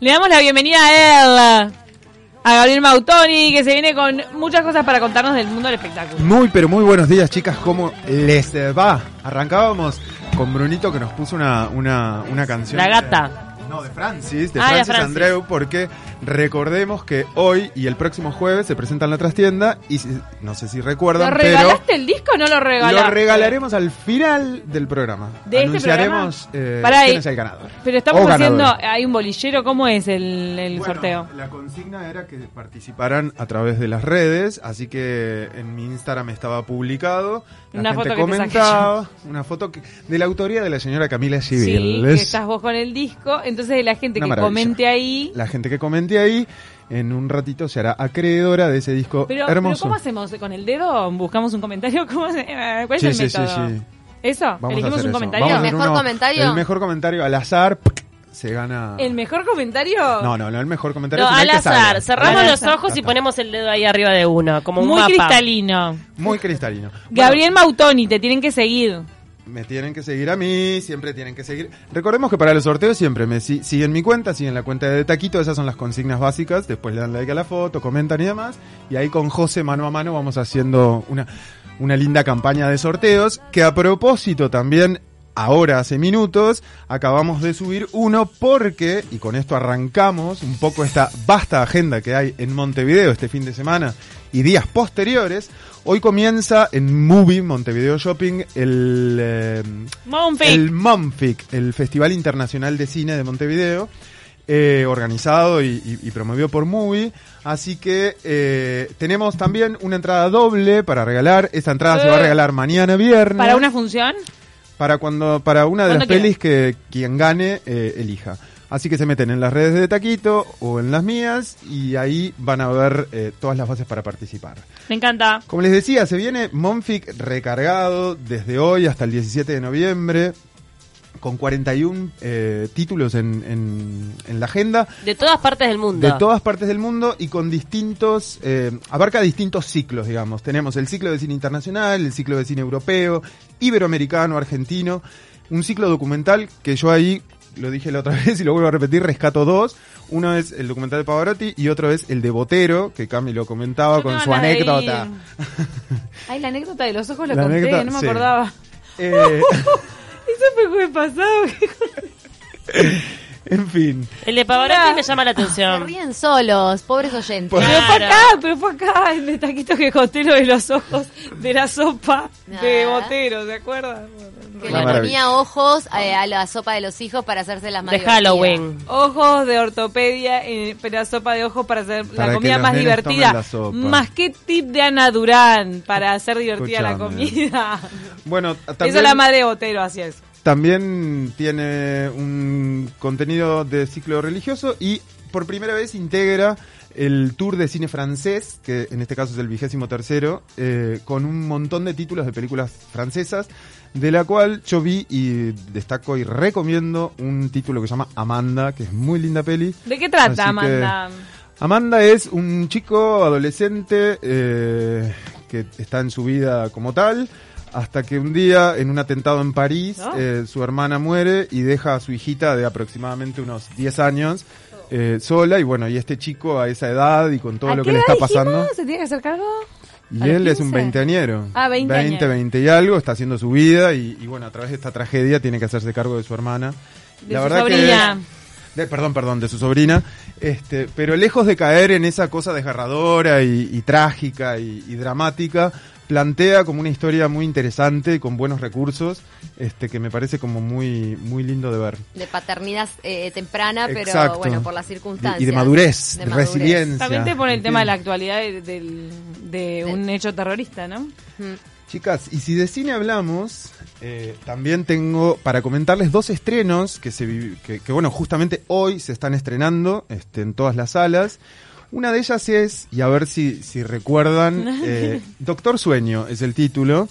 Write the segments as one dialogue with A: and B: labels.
A: Le damos la bienvenida a él, a Gabriel Mautoni, que se viene con muchas cosas para contarnos del mundo del espectáculo.
B: Muy, pero muy buenos días, chicas. ¿Cómo les va? Arrancábamos con Brunito que nos puso una, una, una canción.
A: La gata.
B: No, de Francis, de
A: Ah, de
B: Francis,
A: Francis.
B: Andreu, porque recordemos que hoy y el próximo jueves se presentan la trastienda y si- no sé si
A: ¿Lo
B: recuerdan, pero
A: regalaste el disco o no lo regalaste?
B: lo regalaremos al final del programa.
A: ¿De este
B: Anunciaremos eh,
A: Pará,
B: quién
A: y-
B: es el ganador.
A: Pero estamos
B: O
A: haciendo.
B: ganadora.
A: Hay un bolillero, ¿cómo es el, el
B: Bueno,
A: sorteo?
B: La consigna era que participaran a través de las redes, así que en mi Instagram estaba publicado. La
A: Una
B: gente
A: foto que te saqué
B: comentaba. Una foto que- de la autoría de la señora Camila
A: Sí,
B: Civil.
A: que estás vos con el disco. Entonces la gente
B: Una
A: que
B: maravilla.
A: comente ahí.
B: La gente que comenté ahí, en un ratito se hará acreedora de ese disco
A: Pero, pero
B: hermoso.
A: ¿cómo hacemos? ¿Con el dedo buscamos un comentario? ¿Cómo se- eh, ¿Cuál
B: Sí,
A: es
B: sí,
A: el método?
B: sí, sí.
A: ¿Eso?
B: Vamos a
A: ¿Elegimos
B: hacer
A: un
B: eso.
A: comentario?
B: Vamos a hacer
C: ¿El mejor comentario?
B: El mejor comentario al azar ¡puc! se gana.
A: ¿El mejor comentario?
B: No, no, no el mejor comentario.
D: No,
B: sino el
D: al
B: que salga.
D: azar. Cerramos
A: Al
D: los
A: azar.
D: ojos y ponemos el dedo ahí arriba de uno, como un
A: Muy
D: mapa.
A: cristalino.
B: Muy cristalino.
A: Gabriel Mautoni, te tienen que seguir.
B: Me tienen que seguir a mí, siempre tienen que seguir. Recordemos que para los sorteos siempre me si- siguen mi cuenta, siguen la cuenta de Taquito, esas son las consignas básicas. Después le dan like a la foto, comentan y demás. Y ahí con José mano a mano vamos haciendo una, una linda campaña de sorteos. Que a propósito también, ahora hace minutos, acabamos de subir uno porque, y con esto arrancamos un poco esta vasta agenda que hay en Montevideo este fin de semana y días posteriores. Hoy comienza en Movie Montevideo Shopping el, eh,
A: Monfig.
B: el Momfic, el Festival Internacional de Cine de Montevideo, eh, organizado y, y- y promovido por Movie. Así que eh, tenemos también una entrada doble para regalar. Esta entrada se va a
A: Eh.
B: regalar mañana viernes.
A: ¿Para una función?
B: Para cuando, para una de
A: ¿Cuándo
B: las
A: queda?
B: pelis que quien gane eh, elija. Así que se meten en las redes de Taquito o en las mías y ahí van a ver eh, todas las bases para participar.
A: Me encanta.
B: Como les decía, se viene Monfic recargado desde hoy hasta el 17 de noviembre, con 41 eh, títulos en, en- en la agenda,
D: De todas partes del mundo.
B: de todas partes del mundo y con distintos, eh, abarca distintos ciclos, digamos. Tenemos el ciclo de cine internacional, el ciclo de cine europeo, iberoamericano, argentino, un ciclo documental que yo ahí, lo dije la otra vez y lo vuelvo a repetir, rescato dos. Uno es el documental de Pavarotti y otro es el de Botero, que Cami lo comentaba
A: Yo
B: Oh, con
A: tengo
B: su
A: ganas de ir.
B: anécdota. Eh,
A: Ay, la anécdota de los ojos la,
B: La
A: conté,
B: anécdota-
A: no me
B: sí.
A: acordaba. Uh,
B: Eh,
A: Eso fue el jueves pasado.
B: en fin.
D: El de Pavarotti me llama la
C: Se
D: atención.
B: Em,
C: ríen solos, pobres oyentes.
B: Por-
A: Pero fue
D: Claro.
A: acá, pero fue acá, en el taquito que conté lo de los ojos de la sopa de
C: Ah.
A: botero, ¿se acuerdan?
C: Que
B: Pues, Una
C: le
B: maravilla.
C: ponía ojos eh, a la sopa de los hijos para hacerse las más
D: De
C: divertidas.
D: Halloween.
A: Ojos de ortopedia, eh, pero la sopa de ojos para hacer
B: Para
A: la
B: que
A: comida
B: los
A: más
B: nenes
A: divertida.
B: tomen la sopa.
A: Más que tip de Ana Durán para hacer divertida la
B: Escuchame.
A: comida.
B: Bueno, también,
A: Eso la madre de Botero hacía eso.
B: también tiene un contenido de ciclo religioso y por primera vez integra el tour de cine francés, que en este caso es el vigésimo tercero, eh, con un montón de títulos de películas francesas, de la cual yo vi y destaco y recomiendo un título que se llama Amanda, que es muy linda peli.
A: ¿De qué trata,
B: Así que-
A: Amanda?
B: Amanda es un chico adolescente eh, que está en su vida como tal, hasta que un día, en un atentado en París,
A: Ah.
B: eh, su hermana muere y deja a su hijita de aproximadamente unos 10 años eh, sola. Y bueno, y este chico a esa edad y con todo
A: ¿A
B: lo
A: qué
B: que le
A: edad
B: está pasando.
A: dijimos? ¿Se tiene que hacer cargo?
B: Y
A: ¿A los
B: él es un
A: 15?
B: veinteañero.
A: Ah, 20 años.
B: 20, 20 y algo, está haciendo su vida y, y bueno, a través de esta tragedia tiene que hacerse cargo de su hermana.
A: De su sobrina.
B: que... de- perdón, perdón, de su sobrina. Este, pero lejos de caer en esa cosa desgarradora y, y trágica y, y dramática, plantea como una historia muy interesante y con buenos recursos, este, que me parece como muy, muy lindo de ver.
C: De paternidad eh, temprana, pero
B: Exacto.
C: bueno, por las
B: Y-
C: circunstancias.
B: Y de madurez,
C: De
B: de
C: madurez.
B: resiliencia.
A: También te pone el tema de la
B: ¿entiendes?
A: actualidad de, del- de un hecho terrorista, ¿no?
C: Mm.
B: Chicas, y si de cine hablamos, eh, también tengo para comentarles dos estrenos que, se vi- que, que, bueno, justamente hoy se están estrenando este, en todas las salas. Una de ellas es, y a ver si, si recuerdan, eh, Doctor Sueño es el título.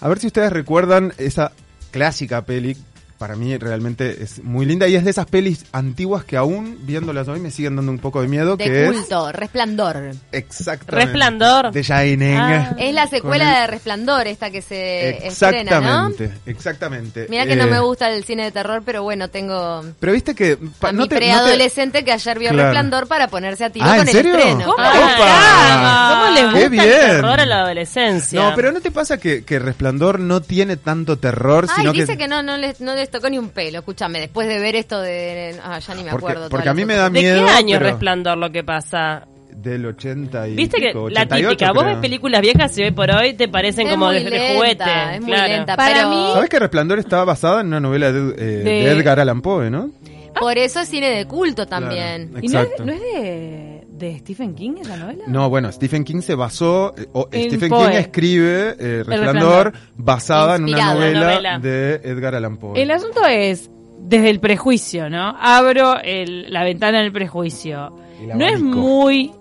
B: A ver si ustedes recuerdan esa clásica peli para mí realmente es muy linda y es de esas pelis antiguas que aún viéndolas hoy me siguen dando un poco de miedo, que
C: De
B: es
C: culto, Resplandor.
B: exactamente
D: Resplandor.
B: de Shining.
D: Ah.
C: Es la
B: Con
C: secuela
B: el-
C: de Resplandor esta que se eh, estrena, ¿no?
B: Exactamente, exactamente.
C: Mira que no
B: Eh,
C: me gusta el cine de terror, pero bueno, tengo
B: Pero viste que pa-
C: a
B: no
C: mi
B: te- no te-
C: preadolescente que ayer vio
B: Claro.
C: Resplandor para ponerse a tiro
B: Ah,
C: con
B: ¿en serio?
C: el estreno.
B: ¿Cómo?
C: Ah,
B: ¡Opa!
D: ¿Cómo les
B: Qué bien.
D: gusta el terror a la adolescencia?
B: No, pero ¿no te pasa que, que Resplandor no tiene tanto terror?
C: Ay,
B: sino
C: dice que, no, no les, no les tocó ni un pelo, escúchame, después de ver esto de... Ah, ya ni me
B: Porque-
C: acuerdo.
B: Porque,
C: todas
B: a mí
C: las
B: me
C: cosas.
B: da
D: ¿De
B: miedo.
D: qué año
B: pero
D: resplandor lo que pasa?
B: Del 80 y
D: Viste que
B: pico,
D: la
B: 88
D: típica, vos
B: creo.
D: ves películas viejas y hoy por hoy te parecen
C: Es
D: como
C: muy
D: de, de
C: lenta,
D: juguete.
C: es muy
D: claro.
C: lenta,
A: Para
C: pero
A: mí-
B: ¿Sabés que Resplandor estaba basada en una novela de, eh, de
A: De-
B: Edgar Allan Poe, no?
C: por eso es cine de culto también.
B: Claro,
A: ¿Y no es,
B: exacto.
A: no es de, de Stephen King esa novela?
B: No, bueno, Stephen King se basó, eh, o-
A: En
B: Stephen
A: Poe.
B: King escribe eh,
A: Resplandor.
B: Resplandor basada en una
C: Inspirada.
B: novela,
D: Novela.
B: de Edgar Allan Poe.
A: El asunto es, desde el prejuicio, ¿no? Abro el- la ventana del prejuicio.
B: El
A: No es
B: abanico.
A: muy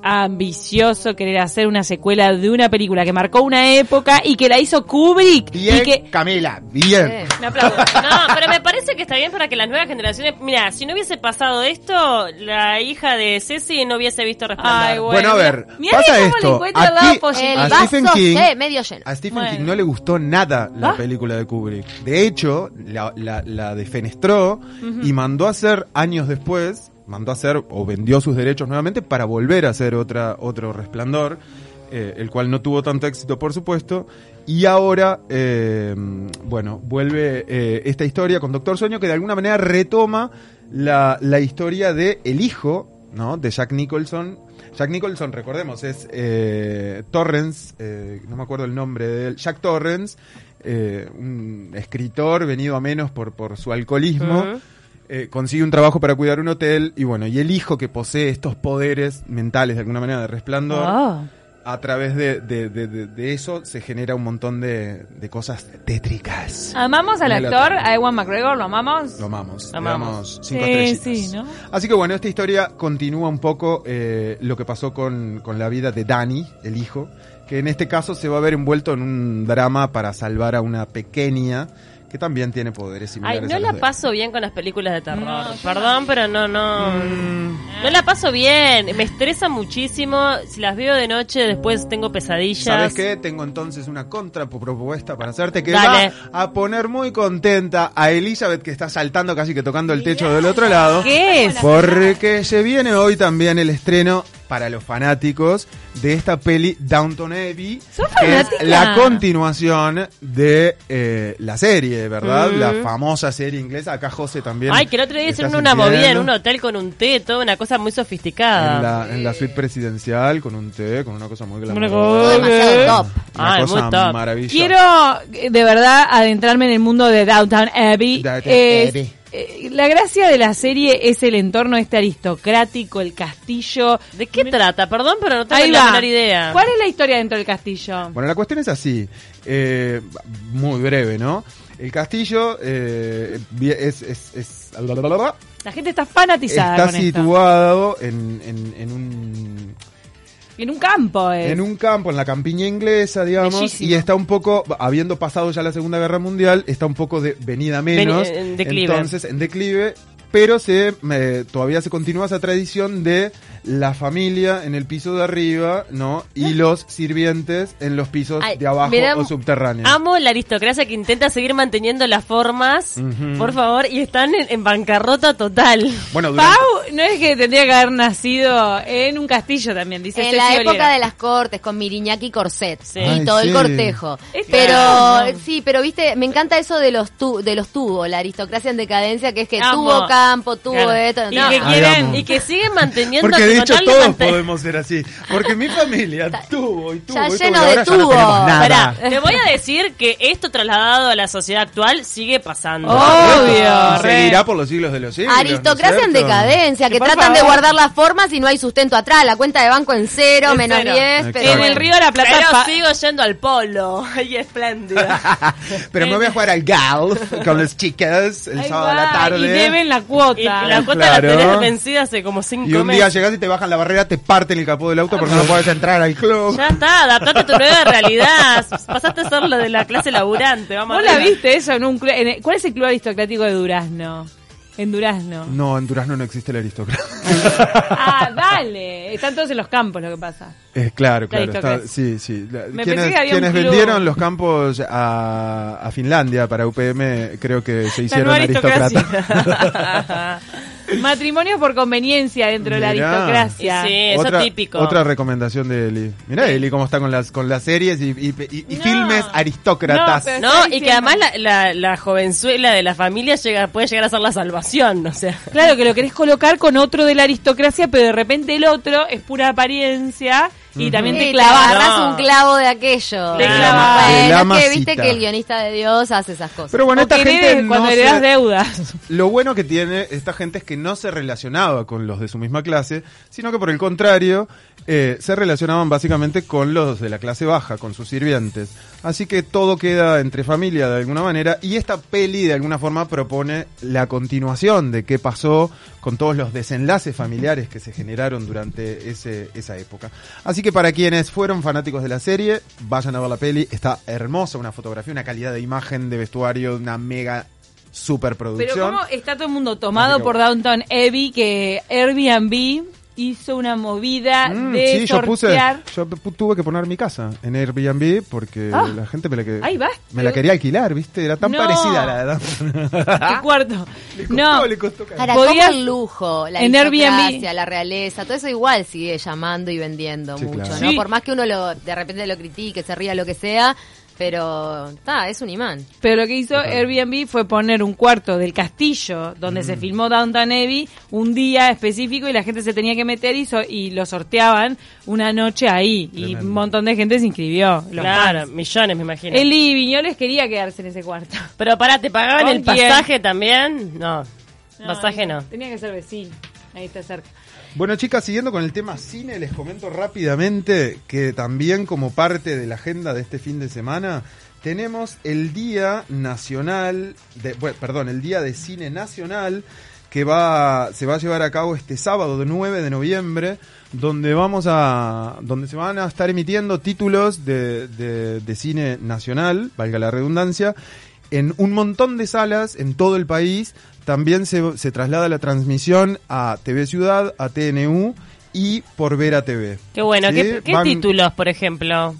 A: ambicioso querer hacer una secuela de una película que marcó una época y que la hizo Kubrick y
B: Bien,
A: que
B: Camila, bien.
C: Sí.
D: Me aplaudo. No, pero me parece que está bien para que las nuevas generaciones. Mira, si no hubiese pasado esto, la hija de Ceci no hubiese visto resplandor.
A: Ay, güey.
B: Bueno, a
A: Bueno,
B: ver,
A: mirá
B: pasa
A: cómo le
B: esto.
A: encuentro al lado
B: Aquí,
D: Pues
A: pollo.
C: El
B: a
C: vaso
B: Stephen King,
C: se medio lleno.
B: a Stephen
A: Bueno.
B: King no le gustó nada la
A: ¿Ah?
B: película de Kubrick. De hecho, la, la, la defenestró y mandó a hacer años después, mandó a hacer o vendió sus derechos nuevamente para volver a hacer otra, otro resplandor. eh, el cual no tuvo tanto éxito, por supuesto. Y ahora, eh, bueno, vuelve eh, esta historia con Doctor Sueño que de alguna manera retoma la, la historia de el hijo, ¿no? De Jack Nicholson. Jack Nicholson, recordemos, es eh, Torrens, eh, no me acuerdo el nombre de él, Jack Torrens, eh, un escritor venido a menos por, por su alcoholismo.
D: Ujú.
B: eh, consigue un trabajo para cuidar un hotel y bueno, y el hijo que posee estos poderes mentales de alguna manera de resplandor,
A: Oh.
B: a través de, de- de- de- de eso se genera un montón de, de cosas tétricas.
A: amamos al
B: Una lata.
A: actor, a Ewan McGregor, lo amamos.
B: Lo amamos.
D: Lo
B: Le
D: amamos.
B: damos cinco
A: sí,
B: estrellitas.
A: sí, ¿no?
B: Así que bueno, esta historia continúa un poco eh, lo que pasó con, con la vida de Danny, el hijo, que en este caso se va a ver envuelto en un drama para salvar a una pequeña que también tiene poderes
D: Ay,
B: similares.
D: no
B: a los
D: la
B: de-
D: paso bien con las películas de terror. Perdón, pero no, no.
B: Mm,
D: No la paso bien. Me estresa muchísimo. Si las veo de noche, después tengo pesadillas.
B: ¿Sabes qué? Tengo entonces una contrapropuesta para hacerte que
D: Dale.
B: va a poner muy contenta a Elizabeth que está saltando casi que tocando el techo del otro lado.
A: ¿Qué es?
B: Porque se viene hoy también el estreno para los fanáticos de esta peli Downton Abbey,
A: ¿Son
B: que es
A: fanáticas?
B: la continuación de eh, la serie, ¿verdad? La famosa serie inglesa. Acá José también.
D: Mm. Ay, que el otro día
B: está
D: hicieron una movida en
B: sintiendo.
D: un hotel con un té, toda una cosa muy sofisticada.
B: En la, en la suite presidencial con un té, con una cosa muy
A: cosa-
B: glamorosa.
C: Todo demasiado top.
B: Una
D: Ay, muy
B: cosa
D: top.
B: maravillosa.
A: Quiero eh, de verdad adentrarme en el mundo de Downtown Abbey.
B: Downton
A: Es-
B: Abbey.
A: eh, la gracia de la serie es el entorno este aristocrático, el castillo.
D: ¿De qué trata? Perdón, pero no tengo
A: Ahí
D: ni la
A: va.
D: menor idea.
A: ¿Cuál es la historia dentro del castillo?
B: Bueno, la cuestión es así, eh, muy breve, ¿no? El castillo eh, vi- es- es- es
A: La gente está fanatizada
B: está
A: con esto.
B: situado en, en- en un,
A: En un campo es.
B: en un campo, en la campiña inglesa, digamos,
A: Bellísimo.
B: y está un poco, habiendo pasado ya la Segunda Guerra Mundial, está un poco de venida menos,
D: Ven- en declive.
B: entonces en declive, pero se eh, todavía se continúa esa tradición de la familia en el piso de arriba, ¿no? Y los sirvientes en los pisos
C: Ay,
B: de abajo
C: me da-
B: o subterráneos.
D: Amo la aristocracia que intenta seguir manteniendo las formas,
B: Ujú.
D: por favor, y están en, en bancarrota total.
B: Bueno, durante-
A: Pau no es que tendría que haber nacido en un castillo también, dice
C: En
A: Ceci
C: la época
A: Olivera.
C: de las cortes, con Miriñaki y Corset.
D: Sí.
B: Ay,
C: Y todo
B: sí.
C: el cortejo.
A: Es
C: Pero, eh,
A: verdad.
C: sí, pero viste, me encanta eso de los tu- de los tubos, la aristocracia en decadencia, que es que
D: Amo.
C: tuvo campo, tuvo
D: Claro.
A: eh,
C: esto.
D: y,
C: no.
D: que
B: Ay,
D: quieren,
B: amo.
D: y que siguen manteniendo
B: Porque
D: que
B: de hecho
D: total le
B: todos
D: manten-
B: podemos ser así. Porque mi familia tuvo y tuvo.
C: Ya
B: y tuvo,
C: lleno
B: y
C: de
B: ahora ya no
C: tubo.
B: tenemos nada.
D: Pará, te voy a decir que esto trasladado a la sociedad actual sigue pasando.
B: Oh.
A: Obvio, re.
B: Seguirá por los siglos de los siglos.
C: Aristocracia
B: ¿no es
C: en
B: cierto?
C: decadencia, que
A: Por
C: tratan de
A: favor.
C: guardar las formas y no hay sustento atrás, la cuenta de banco en cero,
D: En
C: menos
D: cero.
C: 10, pero
A: En el
C: bueno.
A: Río de la Plata
D: Pero
A: pa-
D: sigo yendo al polo. Y espléndida.
B: Pero me voy a jugar al golf con las chicas el
A: Ahí
B: sábado a la
A: va,
B: tarde.
A: Y deben la
D: Y
A: cuota.
D: la cuota
B: Claro.
D: la tenés vencida hace como cinco
B: Y un día
D: meses.
B: llegas y te bajan la barrera, te parten el capó del auto porque no puedes entrar al club.
D: Ya está, adaptate a tu nueva realidad. Pasaste a ser lo de la clase laburante. Vamos
A: ¿Vos la
D: arriba.
A: viste eso en un club? en el- ¿Cuál es el club aristocrático de Durazno? En Durazno.
B: No, en Durazno no existe la aristocracia.
A: Ah, dale. Están todos en los campos lo que pasa.
B: Eh, claro, claro. está-
A: aristocracia.
B: sí, sí. La-
A: Me pensé
B: quienes
A: que había un
B: quienes
A: club.
B: vendieron los campos a, a Finlandia para UPM creo que se hicieron
A: nueva aristocracia.
B: aristócratas.
A: Matrimonios por conveniencia dentro de
B: Mirá.
A: la aristocracia.
D: Y sí. eso típico.
B: Otra recomendación de Eli. Mirá Eli cómo está con las, con las series y, y- y- y
A: No.
B: filmes
A: No,
B: aristócratas.
A: pero-
D: No,
A: Está
D: y que además
A: diciendo.
D: la, la, la jovenzuela de la familia llega, puede llegar a ser la salvación, o sea.
A: Claro que lo querés colocar con otro de la aristocracia, pero de repente el otro es pura apariencia y también te
C: Sí,
A: clavas.
C: agarrás
D: No.
C: un clavo de aquello.
A: Te
C: Ah,
A: clavas.
C: bueno,
B: De la
C: es que
B: masita.
C: viste que el guionista de Dios hace esas cosas.
B: Pero
A: O
B: bueno, esta
A: que
B: gente
A: heredes-
B: no
A: cuando
B: se-
A: heredás deudas.
B: Lo bueno que tiene esta gente es que no se relacionaba con los de su misma clase, sino que por el contrario, eh, se relacionaban básicamente con los de la clase baja, con sus sirvientes. Así que todo queda entre familia de alguna manera, y esta peli de alguna forma propone la continuación de qué pasó con todos los desenlaces familiares que se generaron durante ese, esa época. Así que para quienes fueron fanáticos de la serie, vayan a ver la peli, está hermosa, una fotografía, una calidad de imagen, de vestuario, una mega superproducción.
A: Pero cómo está todo el mundo
B: Así
A: tomado
B: que
A: por Downton Abbey que Airbnb hizo una movida
B: Mm,
A: Ah, de
B: sí, yo puse,
A: sortear.
B: yo pu- tuve que poner mi casa en Airbnb porque
A: Ah.
B: la gente me la, que-
A: Ay, basta.
B: me la quería alquilar, ¿viste? Era tan
A: No.
B: parecida a la de Adam.
A: Tu cuarto.
B: ¿Ah? Le costó,
A: No,
B: le costó caer.
A: Ahora,
C: Para cómo
A: Podías-
C: el lujo, la
A: en
C: aristocracia,
A: Airbnb.
C: la realeza, todo eso igual sigue llamando y vendiendo
B: Sí,
C: mucho,
B: claro.
C: ¿no?
A: Sí.
C: Por más que uno lo, de repente lo critique, se ría, lo que sea, pero está, es un imán.
A: pero lo que hizo
B: Total.
A: Airbnb fue poner un cuarto del castillo donde
B: Mm.
A: se filmó Downton Abbey un día específico y la gente se tenía que meter y, so- y lo sorteaban una noche ahí. Y
B: Tremendo.
A: un montón de gente se inscribió. Los
D: Claro,
A: fans.
D: millones me imagino.
A: Eli Viñoles quería quedarse en ese cuarto.
D: Pero pará, ¿te pagaban
A: ¿Con
D: el
A: quién?
D: pasaje también? No, pasaje no.
A: Tenía que ser vecino. Ahí está cerca.
B: Bueno, chicas, siguiendo con el tema cine, les comento rápidamente que también como parte de la agenda de este fin de semana tenemos el Día Nacional de, bueno, perdón, el Día de Cine Nacional que va se va a llevar a cabo este sábado de 9 de noviembre donde vamos a donde se van a estar emitiendo títulos de, de- de cine nacional, valga la redundancia, en un montón de salas en todo el país. También se, se traslada la transmisión a TV Ciudad, a TNU y por Vera TV.
D: Qué bueno,
B: Sí,
D: ¿qué, qué
B: van-
D: títulos, por ejemplo?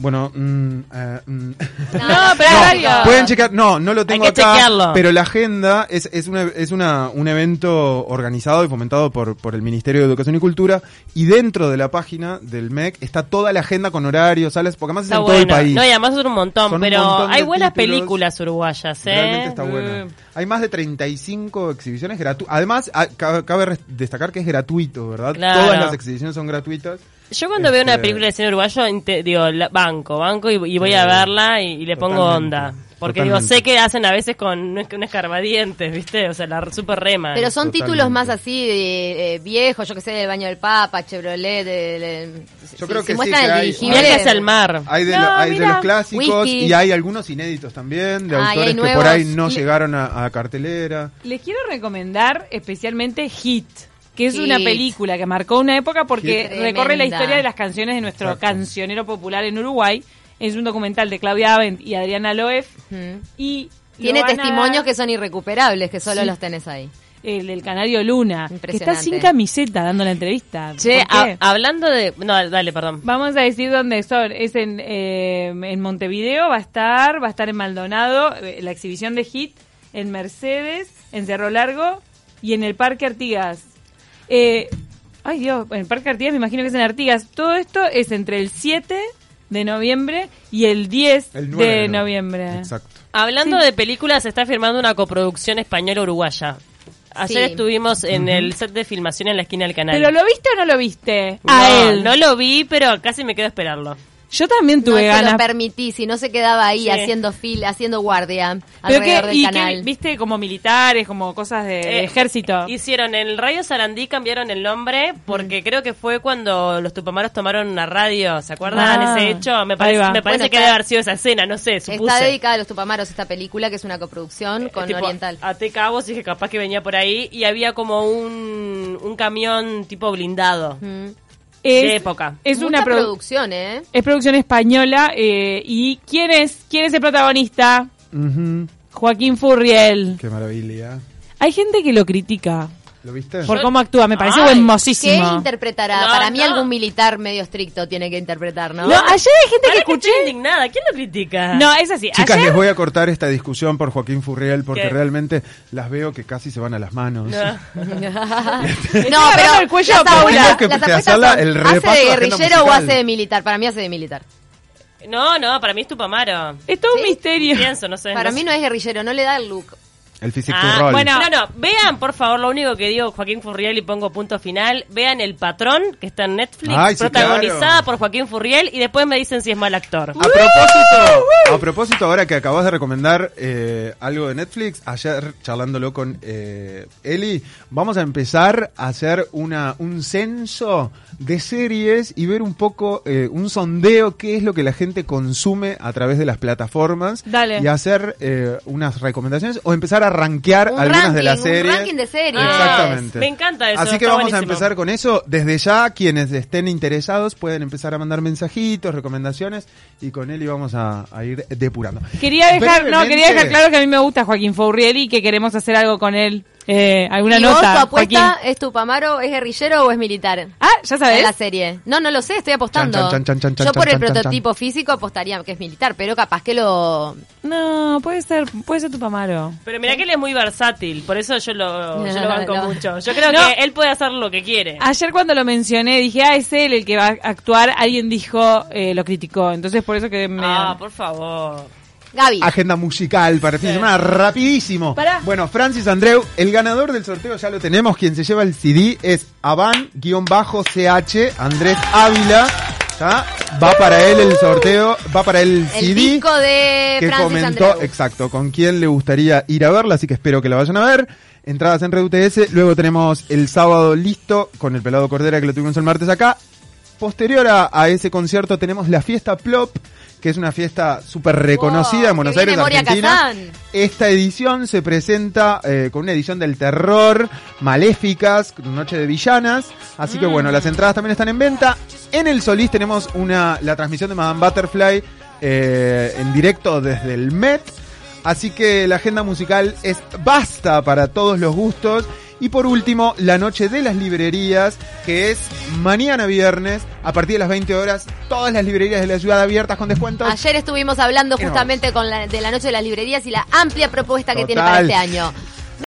B: Bueno, mm, eh, mm.
A: No, pero
B: No,
A: hay varios.
B: pueden checar, no, no lo tengo
D: que
B: acá,
D: chequearlo.
B: pero la agenda es, es, una, es una, un evento organizado y fomentado por, por el Ministerio de Educación y Cultura y dentro de la página del MEC está toda la agenda con horarios, salas, porque además es
D: Está
B: en
D: bueno.
B: todo el país.
D: No, y además son un montón,
B: Son un
D: pero
B: montón de
D: hay buenas
B: títulos.
D: películas uruguayas, ¿eh?
B: Realmente está
A: Eh.
B: bueno. Hay más de 35 exhibiciones gratuitas. Además, a- ca- cabe res- destacar que es gratuito, ¿verdad?
D: Claro.
B: Todas las exhibiciones son gratuitas.
D: Yo cuando veo una
B: Este-
D: película de cine uruguayo, inte- digo, la- banco, banco, y, y voy a
B: Sí.
D: verla y, y le pongo
B: Totalmente.
D: onda. Porque digo,
B: Totalmente.
D: sé que hacen a veces con un, un escarbadientes, ¿viste? O sea, la super rema.
C: Pero son
B: Totalmente.
C: títulos más así de, eh, viejos, yo que sé, del baño del Papa, Chevrolet, de- de-
B: Yo creo que sí,
C: muestran
B: que
C: el
B: hay-
C: dirigible.
D: Viajes al mar.
B: Hay de,
A: No,
B: lo- hay de
A: mira.
B: los clásicos
C: Whisky.
B: y hay algunos inéditos también, de
C: Ah, y hay
B: autores que por
C: nuevos.
B: ahí no
C: Y-
B: llegaron a, a cartelera.
A: Les quiero recomendar especialmente Hit, que es
C: Hit.
A: una película que marcó una época porque
C: Hit.
A: recorre la
C: Tremenda.
A: historia de las canciones de nuestro
B: Exacto.
A: cancionero popular en Uruguay. Es un documental de Claudia Avent y Adriana Loef.
C: Ujú.
A: Y lo
C: Tiene
A: van a
C: testimonios
A: dar,
C: que son irrecuperables, que solo
A: Sí.
C: los tenés ahí.
A: El del Canario Luna, que está
C: Impresionante.
A: sin camiseta dando la entrevista.
D: Che,
A: ¿Por qué?
D: a- Ah, hablando de... No, dale, perdón.
A: Vamos a decir dónde son. Es en, eh, en Montevideo, va a estar, va a estar en Maldonado, eh, la exhibición de Hit, en Mercedes, en Cerro Largo y en el Parque Artigas. Eh, ay Dios, en el Parque Artigas me imagino que es en Artigas. Todo esto es entre el 7 de noviembre y el 10
B: El 9
A: de
B: no-
A: noviembre.
B: Exacto.
D: Hablando de películas, se está firmando una coproducción española-uruguaya. Ayer
C: Sí.
D: estuvimos en el set de filmación en la esquina del canal.
A: ¿Pero lo viste o no lo viste?
D: No,
A: a él.
D: No lo vi, pero casi me quedo a esperarlo.
A: Yo también
C: no
A: tuve
C: se
A: ganas.
C: lo permití, si no se quedaba ahí
D: Sí.
C: haciendo fila, haciendo guardia
A: Pero
C: alrededor
A: que,
C: del
A: y que,
C: canal.
A: viste, como militares, como cosas de, de
D: Eh,
A: ejército.
D: Hicieron el Radio Sarandí, cambiaron el nombre porque creo que fue cuando los tupamaros tomaron una radio. ¿Se acuerdan
A: Ah,
D: ese hecho? Me
A: ahí va.
D: parece, me parece
C: Bueno,
D: que
C: está-
D: debe haber sido esa escena, no sé, supuse.
C: Está dedicada a los Tupamaros esta película, que es una
A: Eh,
C: coproducción con
D: Tipo,
C: Oriental.
A: ah,
D: Até Cabos dije capaz que venía por ahí y había como un, un camión tipo blindado.
C: Mm.
A: es,
D: de época.
A: Es
C: Mucha
A: una produ-
C: producción, ¿eh?
A: es producción española eh, y ¿quién es, quién es el protagonista?
B: Ujú.
A: Joaquín Furriel.
B: Qué maravilla.
A: Hay gente que lo critica
B: ¿Lo viste?
A: por cómo actúa, me parece
D: Ay,
A: hermosísimo.
C: ¿Qué interpretará?
D: No,
C: Para mí
D: no.
C: algún militar medio estricto tiene que interpretar, ¿no?
A: No, ayer hay gente
D: Pará
A: que
D: que
A: escuché.
D: estoy indignada. ¿Quién lo critica?
A: No, es así.
B: Chicas,
A: ayer-
B: les voy a cortar esta discusión por Joaquín Furriel porque
D: ¿Qué?
B: realmente las veo que casi se van a las manos.
D: No.
C: no,
A: agarrando
C: pero
A: el cuello
C: las
A: a Paula.
C: apuestas-
B: Que
C: las
B: te
C: apuestas
B: asala
C: son,
B: el repaso
C: ¿Hace
B: de
C: de
B: agenda
C: guerrillero o
B: musical.
C: hace de militar? Para mí hace de militar.
D: no, no, para mí es Tupamaro.
A: Es todo un misterio.
D: Pienso, no sé.
C: Para
D: no
C: mí
D: sé.
C: no es guerrillero, no le da el look.
B: El Physic
D: Ah,
B: to Roll.
A: bueno.
D: No, no, vean, por favor, lo único que digo Joaquín Furriel y pongo punto final, vean El Patrón, que está en Netflix,
B: Ay, sí,
D: protagonizada
B: claro.
D: por Joaquín Furriel, y después me dicen si es mal actor.
B: A propósito, a propósito, ahora que acabas de recomendar eh, algo de Netflix, ayer charlándolo con eh, Eli, vamos a empezar a hacer una, un censo de series y ver un poco, eh, un sondeo, qué es lo que la gente consume a través de las plataformas.
A: Dale.
B: Y hacer eh, unas recomendaciones o empezar a rankear
C: Un
B: algunas de
C: ranking,
B: las
C: un
B: series.
C: ranking de series.
B: Exactamente.
D: Ah, me encanta eso,
B: Así que
D: está
B: vamos a
D: buenísimo.
B: empezar con eso. Desde ya, quienes estén interesados pueden empezar a mandar mensajitos, recomendaciones y con él íbamos a, a ir depurando.
A: Quería dejar, no,
B: Brevemente,
A: quería dejar claro que a mí me gusta Joaquín Furriel y que queremos hacer algo con él. Eh, alguna
C: ¿Y vos, tu
A: nota,
C: apuesta
A: Joaquín.
C: es Tupamaro, es guerrillero o es militar?
A: Ah, ya
C: en
A: sabes.
C: la serie. No, no lo sé, estoy apostando.
B: Chan, chan, chan, chan,
C: Yo
B: chan,
C: por el
B: chan, chan,
C: prototipo físico apostaría que es militar, pero capaz que lo...
A: No, puede ser, puede ser Tupamaro.
D: Pero mirá que él es muy versátil, por eso yo lo, yo
C: No,
D: lo banco
C: no. Ah,
D: mucho. Yo creo
A: No.
D: que él puede hacer lo que quiere.
A: Ayer cuando lo mencioné dije, ah, es él el que va a actuar. Alguien dijo, eh, lo criticó. Entonces por eso que me...
D: Ah, por favor.
C: Gaby.
B: Agenda musical para el fin de semana, rapidísimo.
A: Pará.
B: Bueno, Francis Andreu, el ganador del sorteo ya lo tenemos. Quien se lleva el CD es Avan-CH, Andrés Ávila. ¿tá? Va para él el sorteo, va para él el CD.
C: El disco de
B: que
C: Eh, Francis
B: comentó,
C: Andreu.
B: exacto, con quién le gustaría ir a verla, así que espero que la vayan a ver. Entradas en Red UTS, luego tenemos el sábado listo con el pelado Cordera que lo tuvimos el martes acá. Posterior a, a ese concierto tenemos la fiesta Plop, que es una fiesta súper reconocida
C: Wow,
B: en Buenos
C: que viene
B: Aires,
C: Moria
B: Argentina.
C: Kazan.
B: Esta edición se presenta eh, con una edición del terror, maléficas, noche de villanas. Así que bueno, las entradas también están en venta. En el Solís tenemos una, la transmisión de Madame Butterfly eh, en directo desde el Met. Así que la agenda musical es basta para todos los gustos. Y por último, la noche de las librerías, que es mañana viernes, a partir de las 20 horas, todas las librerías de la ciudad abiertas con descuentos.
C: Ayer estuvimos hablando
B: Pero-
C: justamente con la, de la Noche de las Librerías y la amplia propuesta que tiene para
B: Total.
C: este año.